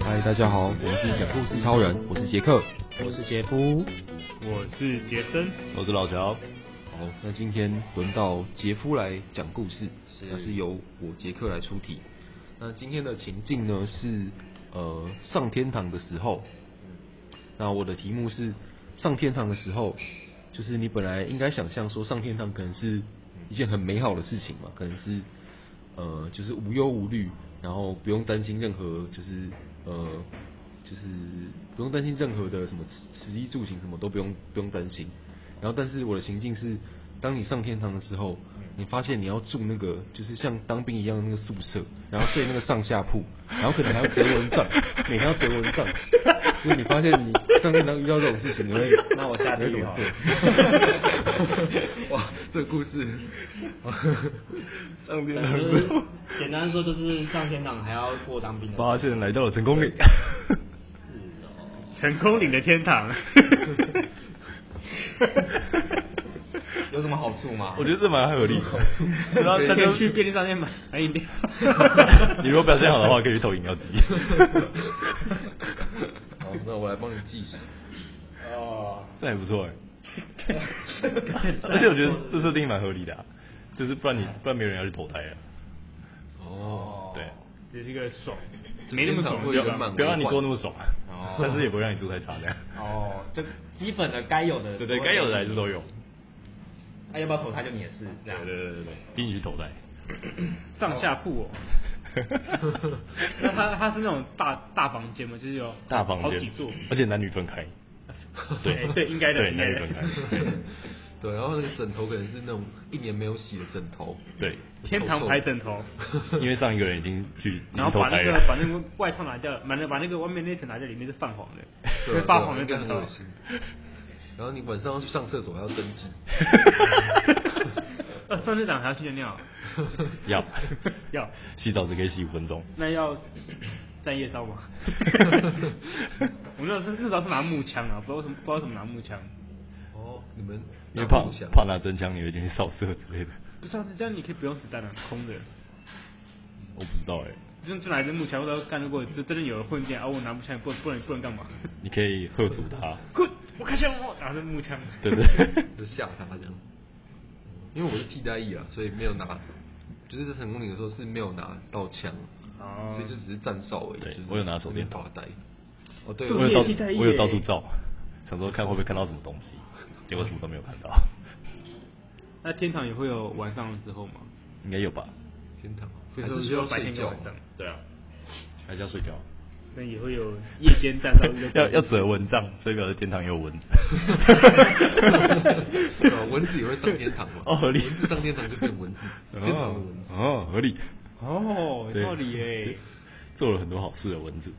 嗨，大家好，我们是讲故事超人，我是杰克。我是杰夫，我是杰森，我是老 乔，好，那今天轮到杰夫来讲故事，是那是由我杰克来出题。那今天的情境呢是呃上天堂的时候，那我的题目是上天堂的时候，就是你本来应该想象说上天堂可能是一件很美好的事情嘛，可能是呃就是无忧无虑，然后不用担心任何就是呃就是不用担心任何的什么食食衣住行什么都不用不用担心。然后但是我的情境是，当你上天堂的时候，你发现你要住那个就是像当兵一样的那个宿舍，然后睡那个上下铺，然后可能还要折蚊帐，每天要折蚊帐。就是你发现你上天堂遇到这种事情，你会那我下地狱 好了你会怎么做啊哇，这个故事，上天就是简单说就是上天堂还要过当兵的。发现来到了成功岭。成功岭的 天堂。有什么好处吗？我觉得这蛮合理的，然后他可就以去便利商店买买饮 料。你如果表现好的话，可以去投饮料机。 好，那我来帮你计时。哦，这也不错哎。哦而且我觉得这设定蛮合理的、啊，就是不然你不然没有人要去投胎了。哦，对，这是一个爽，就没那么天堂爽会就有不要是人满吧。不要让你过那么爽哦，但是也不会让你住太差这样。 哦，就基本的该有的，对对，该有的还是都有。那、要不要投胎就你也是这样对。对对对对，逼你去投胎。上下铺哦。那他他是那种大大房间吗？就是有大房好间几座。，而且男女分开。对哎对应该的对，应该男的女分开。 对，然后那个枕头可能是那种一年没有洗的枕头，对，天堂牌枕头，对因 为上一个人已经去，已 然经后投把那胎个了。把那个外套拿掉，把那把那个外面那层拿掉，里面是泛黄的，对会啊发对啊黄的应该枕很头恶。心。然后你晚上要去上厕所还要登 记， 呃，上次长还要去尿尿， 要 要洗澡只可以洗五分钟。那要站夜哨吗？我那时候那时候是拿木枪啊，不知道为什么不知道为什么拿木枪，哦，你们因为怕拿不起来怕拿真枪，你会进去扫射之类的。不是啊，这样你可以不用子弹啊，空的。我不知道哎、就就拿一支木枪，或者干如果就真的有人混进来，啊，我拿木枪，不不能不能干嘛？你可以喝阻他，滚！我看见我拿着木枪。对不对？就吓他这样。因为我是替代役啊，所以没有拿，就是在成功岭的时候是没有拿到枪， 哦所以就只是站哨而已。啊对就是我有拿手电筒发呆。哦，对，我有替到代役我有耶到处照，想说看会不会看到什么东西，结果什么都没有看到，那天堂也会有晚上的时候吗？应该 有吧？天堂就还是是需说要白睡天跟觉晚上，对啊，还是要睡觉，那也会有夜间站哨日要要折蚊帐，所以表示天堂也有 蚊子。 对啊蚊子也会上天堂嘛？ 哦合理蚊子上天堂就变蚊子，天堂的蚊子。哦，合理，哦，有对道理耶。做了很多好事的蚊子。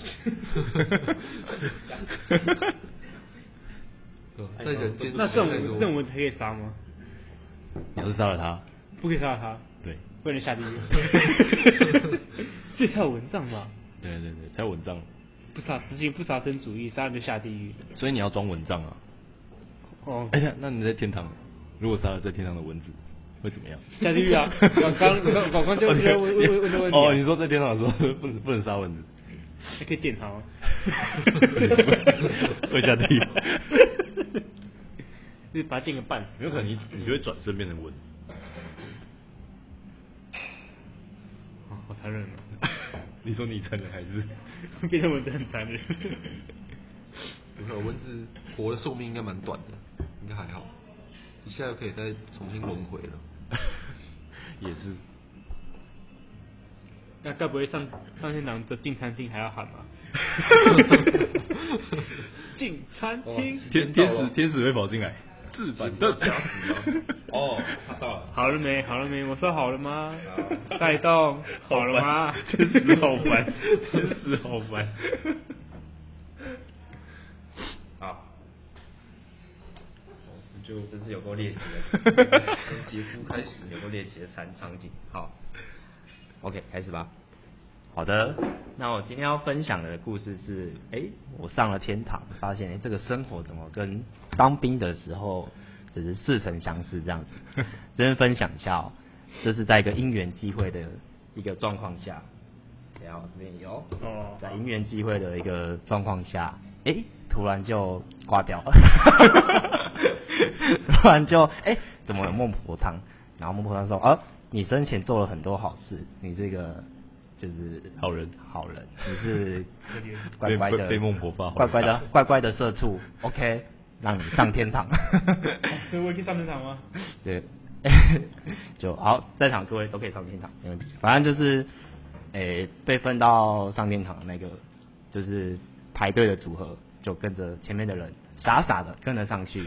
对啊在人间那这种太多这种蚊子还可以杀吗？你要是杀了它，不可以杀它，对，不能下地狱。 所以才有蚊帐吧？对对对，才有蚊帐，不杀，执行不杀生主义，杀人就下地狱。所以你要装蚊帐啊。哦，哎呀，那你在天堂，如果杀了在天堂的蚊子，会怎么样？下地 狱啊！刚刚刚刚刚就问问问问啊问哦，你说在天堂的时候 不能不能杀蚊子，还可以点它吗？会下地狱。 就是把它电个半死。有可能你你就会转身变成蚊子，哦好残忍啊！ 你说你残忍还 是？变成蚊子很残忍。没有蚊子活的寿命应该蛮短的，应该还好，一下就可以再重新轮回 了。也是， 那该不会上上天堂的进餐厅还要喊 吗？进餐厅，天天哦使天使会跑进来， 自板凳加死啊！ 哦，他到了。好了没？好了没？我说好了吗？啊带动，好了吗？天使好烦，天使好 烦。 好，就真是有够猎奇的， 跟杰夫开始有够猎奇的场场景。好，OK，开始吧。好的，那我今天要分享的故事是，哎、我上了天堂，发现哎、诶这个生活怎么跟 当兵的时候只是似曾相识这样子。这边分享一下哦，这是在一个因缘际会的一个状况下，然后这边有哦在因缘际会的一个状况下，哎、突然就挂掉了， 突然就哎、怎么有孟婆汤？然后孟婆汤说，啊，你生前做了很多好事，你这个就是好人好人，你是乖 被乖的被被孟婆发好乖乖的人卡乖乖的社畜，OK，让你上天堂。 哦所以我也可以上天堂吗？对，就好，在场各位都可以上天堂，没问题。反正就是，诶、被分到上天堂的那个，就是排队的组合，就跟着前面的人傻傻的跟了上去，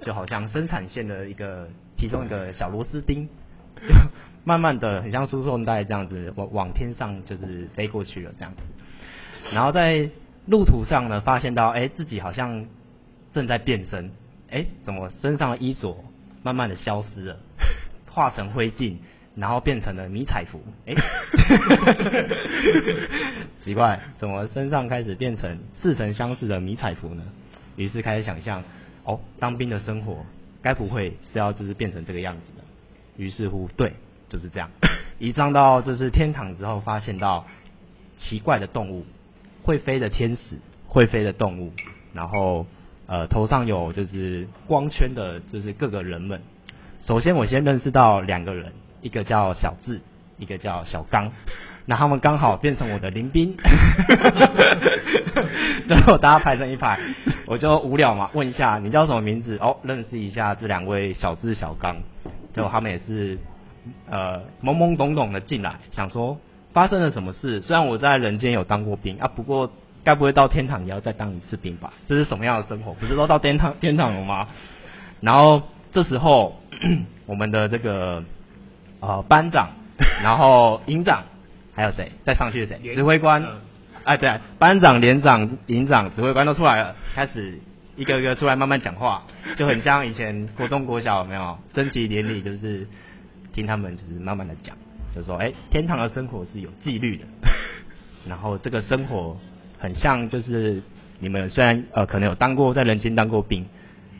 就好像生产线的一个其中一个小螺丝钉，就慢慢的很像输送带这样子往往天上就是飞过去了这样子。然后在路途上呢，发现到哎、诶自己好像正在变身，哎、怎么身上的衣着慢慢的消失了，化成灰烬，然后变成了迷彩服，哎、奇怪，怎么身上开始变成似曾相识的迷彩服呢？于是开始想象，哦，当兵的生活，该不会是要就是变成这个样子的？于是乎，对，就是这样。一上到就是天堂之后，发现到奇怪的动物，会飞的天使，会飞的动物，然后呃头上有就是光圈的，就是各个人们。首先我先认识到两个人，一个叫小智，一个叫小刚，那他们刚好变成我的林 兵，最后大家排成一排，我就无聊嘛，问一下你叫什么名字？哦，认识一下这两位小智、小刚，结果他们也是呃懵懵懂懂的进来，想说发生了什么事？虽然我在人间有当过兵啊，不过该不会到天堂也要再当一次兵吧？这是什么样的生活？不是都到天堂天堂了吗？然后这时候 我们的这个呃班长，然后营长，还有谁？再上去是谁？连指挥官嗯。哎，对、班长、连长、营长、指挥官都出来了，开始一个一个出来慢慢讲话，就很像以前国中、国小有没有升旗典礼，就是听他们就是慢慢的讲，就说哎、天堂的生活是有纪律的，然后这个生活很像就是你们虽然呃可能有当过在人间当过兵，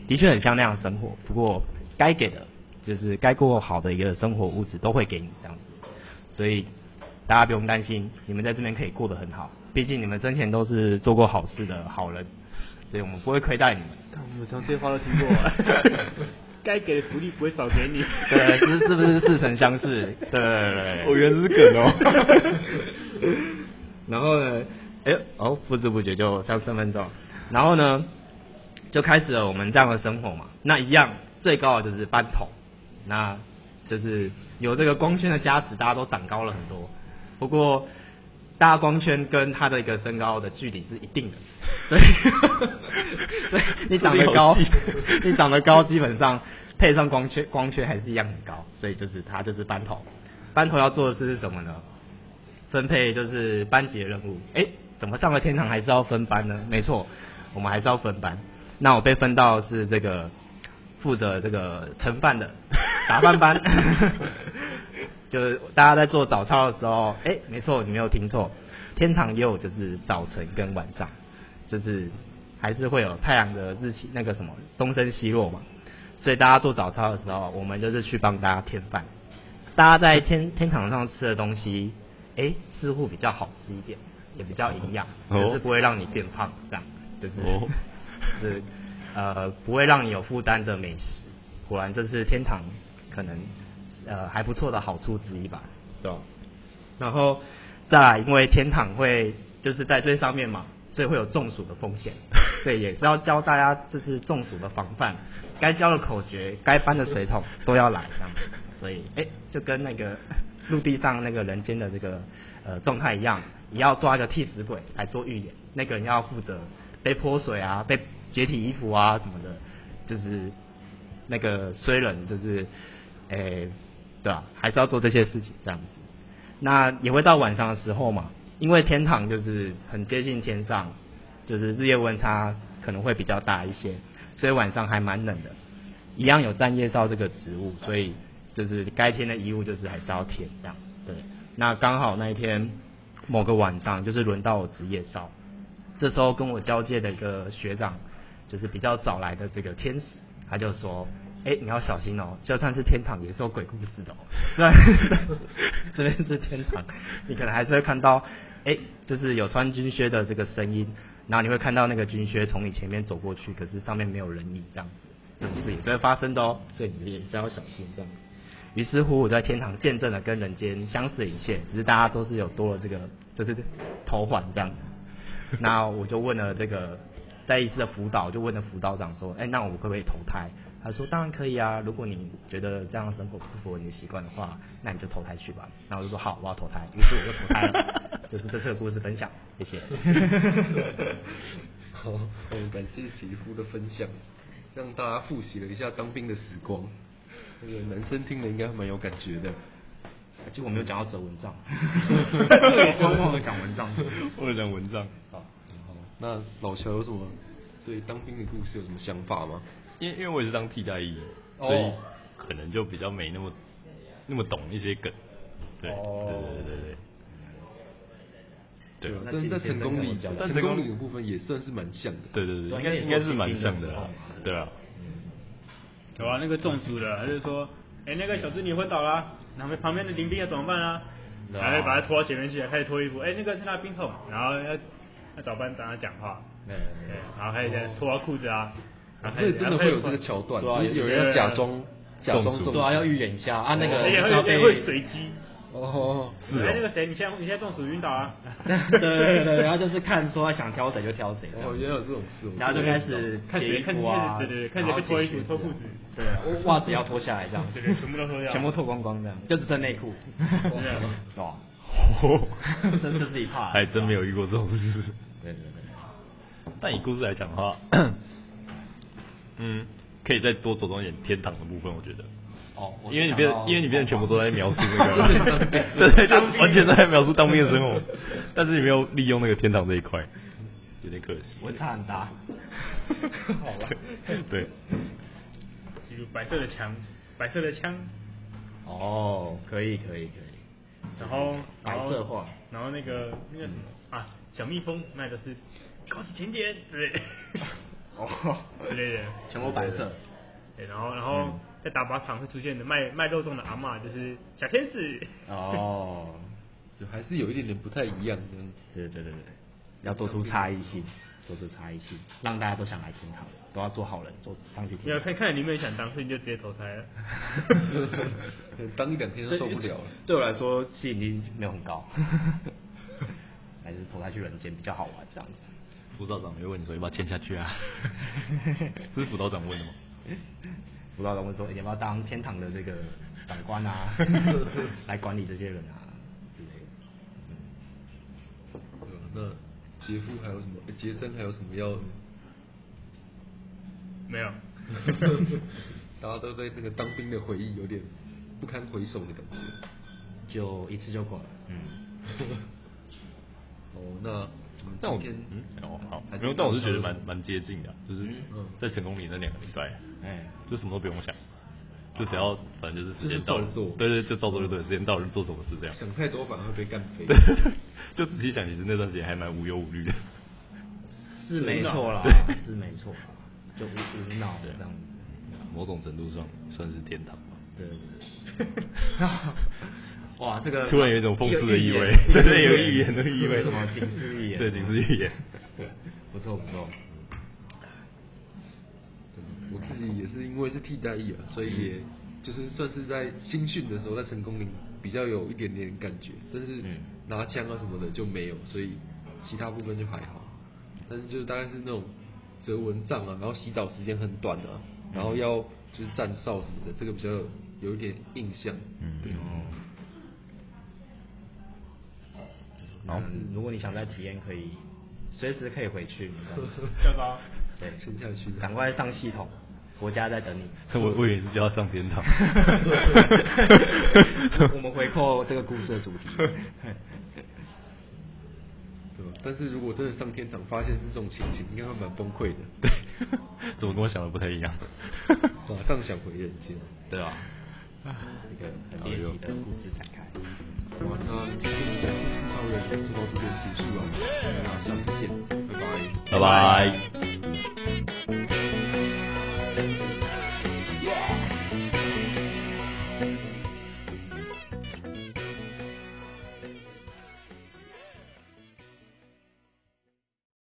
的确很像那样的生活，不过该给的就是该过好的一个生活物质都会给你这样子，所以大家不用担心，你们在这边可以过得很好，毕竟你们生前都是做过好事的好人，所以我们不会亏待你们。我从这话都 听过了。该给的福利不会少给你。对，是是不是似曾相识？对对对对。哦原来是梗 哦然后呢，哎、哦，不知不觉就三三分钟，然后呢，就开始了我们这样的生活嘛。那一样最高的就是班头，那就是有这个光圈的加持，大家都长高了很多。不过，大家光圈跟他的一个身高的距离是一定的， 所以所以你长得高这里好， 你长得高，基本上配上光圈，光圈还是一样很高，所以就是他就是班头。班头要做的事是什么呢？分配就是班级的任务。哎，怎么上了天堂还是要分班呢？没错，我们还是要分班。那我被分到的是这个负责这个盛饭的 打饭班， 就是大家在做早操的时候，哎，没错，你没有听错，天堂也有就是早晨跟晚上，就是还是会有太阳的日起那个什么东升西落嘛。所以大家做早操的时候，我们就是去帮大家添饭。大家在天天堂上吃的东西，哎、似乎比较好吃一点，也比较营养，哦就是不会让你变胖，这样就是、哦 就是呃不会让你有负担的美食。果然这是天堂可能呃还不错的好处之一吧，对吧？然后再来，因为天堂会就是在最上面嘛，所以会有中暑的风险，对，也是要教大家就是中暑的防范，该教的口诀、该搬的水桶都要来这样子。所以，哎、就跟那个陆地上那个人间的这个呃状态一样，也要抓一个替死鬼来做预演，那个人要负责被泼水啊、被解体衣服啊什么的，就是那个衰人就是，诶、对啊，还是要做这些事情这样子。那也会到晚上的时候嘛，因为天堂就是很接近天上，就是日夜温差可能会比较大一些，所以晚上还蛮冷的。一样有占夜哨这个职务，所以就是该添的衣物就是还是要添这样。对，那刚好那一天某个晚上就是轮到我值夜哨，这时候跟我交界的一个学长，就是比较早来的这个天使，他就说：“哎，你要小心哦，就算是天堂也是有鬼故事的哦。 虽然这边是天堂，你可能还是会看到，哎，就是有穿军靴的这个声音，然后你会看到那个军靴从你前面走过去，可是上面没有人影这样子，这种事也是会发生的哦，所以你也是要小心这样子。于是乎，我在天堂见证了跟人间相似的一切，只是大家都是有多了这个就是头环这样子。那我就问了这个在一次的辅导，就问了辅导长说：“哎、那我可不可以投胎？”他说：“当然可以啊，如果你觉得这样的生活不符合你的习惯的话，那你就投胎去吧。”那我就说：“好，我要投胎。”于是我就投胎了。 就是这次的故事分享，谢 谢。好，我们感谢杰夫的分享，让大家复习了一下当兵的时光。那个男生听了应该蛮有感觉的。结果没有讲到折蚊帐， 我忘了讲文章，为了讲文章，好，那老乔有什么对当兵的故事有什么想法吗？因为因为我也是当替代役，哦所以可能就比较没那么那么懂一些梗。对，哦对对对对对，对啊但是在成功里，但成成功功里的部分也算是蛮像的。对对对，对应该因为应该是蛮我是像兵的的时啦候，对啊，有啊，那个中暑的，他就说，哎、那个小助理昏倒啦，然后旁边的林兵要怎么办啊？然后就把他拖到前面去，开始脱衣服，哎、那个是他的冰桶，然后要要找班长要讲话，嗯对，然后开始脱到裤子啊，然后开这始真的会有这个桥段，对啊哎就是有人要假装假装中暑对啊，要预演一下啊，那个而且就是会要会会被随机，哦，是哦哎，那个谁，你现在你现在中暑晕倒啊？对对对对，然 后就是看说想挑谁就挑谁，哦，原来有这种事，然后就开始看解谁衣看服啊，对对对，看然谁后被脱衣服解脱裤啊子，对，袜子要脱下来这样，对对，全部都脱掉，全部脱光光这样，就只剩内裤，对啊哇，哦 这这是一怕，还真没有遇过这种事。对对对，但以故事来讲的话， 嗯，可以再多着重一点天堂的部分，我觉得。哦，我因为你变想，到因为你变成全部都在描述那 当个兵，对对，就完全都在描述当兵的生活，但是你没有利用那个天堂这一块，有点 可惜。温差很大，好吧，对，比如白色的墙，白色的枪，哦，可以可以可以，然后白色化，嗯然后然后那个那个啊，小蜜蜂卖的是高级甜点之类，哦，之类的，全部白色，对，然后然后嗯在打靶场会出现的卖卖肉粽的阿嬷，就是小天使， 哦，就还是有一点点不太一样这样。对对对对，要做出差异性，做出差异性，让大家都想来天堂，都要做好人，做上去你天要堂。看看你们想当，所以你就直接投胎 了。当一两天就受不了了。对我来说吸引力没有很高， 还是投胎去人间比较好玩这样子。辅导长没问你说要不要签下去 啊？这是辅导长问的吗？辅导长问说、欸你要不要当天堂的这个长官 啊，来管理这些人啊之类的。对啊那杰夫还有什么？呃杰森还有什么要？ 没有， 大家都对那个当兵的回忆有点不堪回首的感觉。就一次就过了。嗯，哦，那但我我们今天嗯，哦好还，没有，但我是觉得蛮蛮接近的，啊就是嗯在成功里那两个礼拜， 哎、就什么都不用想，就只要反正就是时间到了就是照做，对对，就照做就对，时间到了就做什么事这样。想太多反而会被干飞。对 对，就仔细想，其实那段时间还蛮无忧无虑的。是没错啦， 是没错啦，就无无脑的这样子。某种程度上算是天堂吧。对对 对。哇，这个突然有一种讽刺的意味，一个 对寓言呃对，有预言的意 味，什么警示预言？啊对，警示 预言。不错不错。我自己也是因为是替代役啊，所以也就是算是在新训的时候，在成功岭比较有一点点感觉，但是嗯拿枪啊什么的就没有，所以其他部分就还好。但是就是大概是那种折蚊帐啊，然后洗澡时间很短啊，然后要就是站哨什么的，这个比较有有一点印象。嗯，然后，如果你想再体验，可以随时可以回去，没关系。糟 糕，对，先下去赶快上系统，国家在 等你。。我我以为是叫他上天 堂我们回扣这个故事的主 题。对吧？但是如果真的上天堂发现是这种情形，应该会蛮崩溃的， 对，怎么跟我想的不太一样？马上想回人间。对啊，这个很猎奇的故事展开。好啊，那今天的故事超人就到这边结束了，大家下次见，拜拜。拜拜。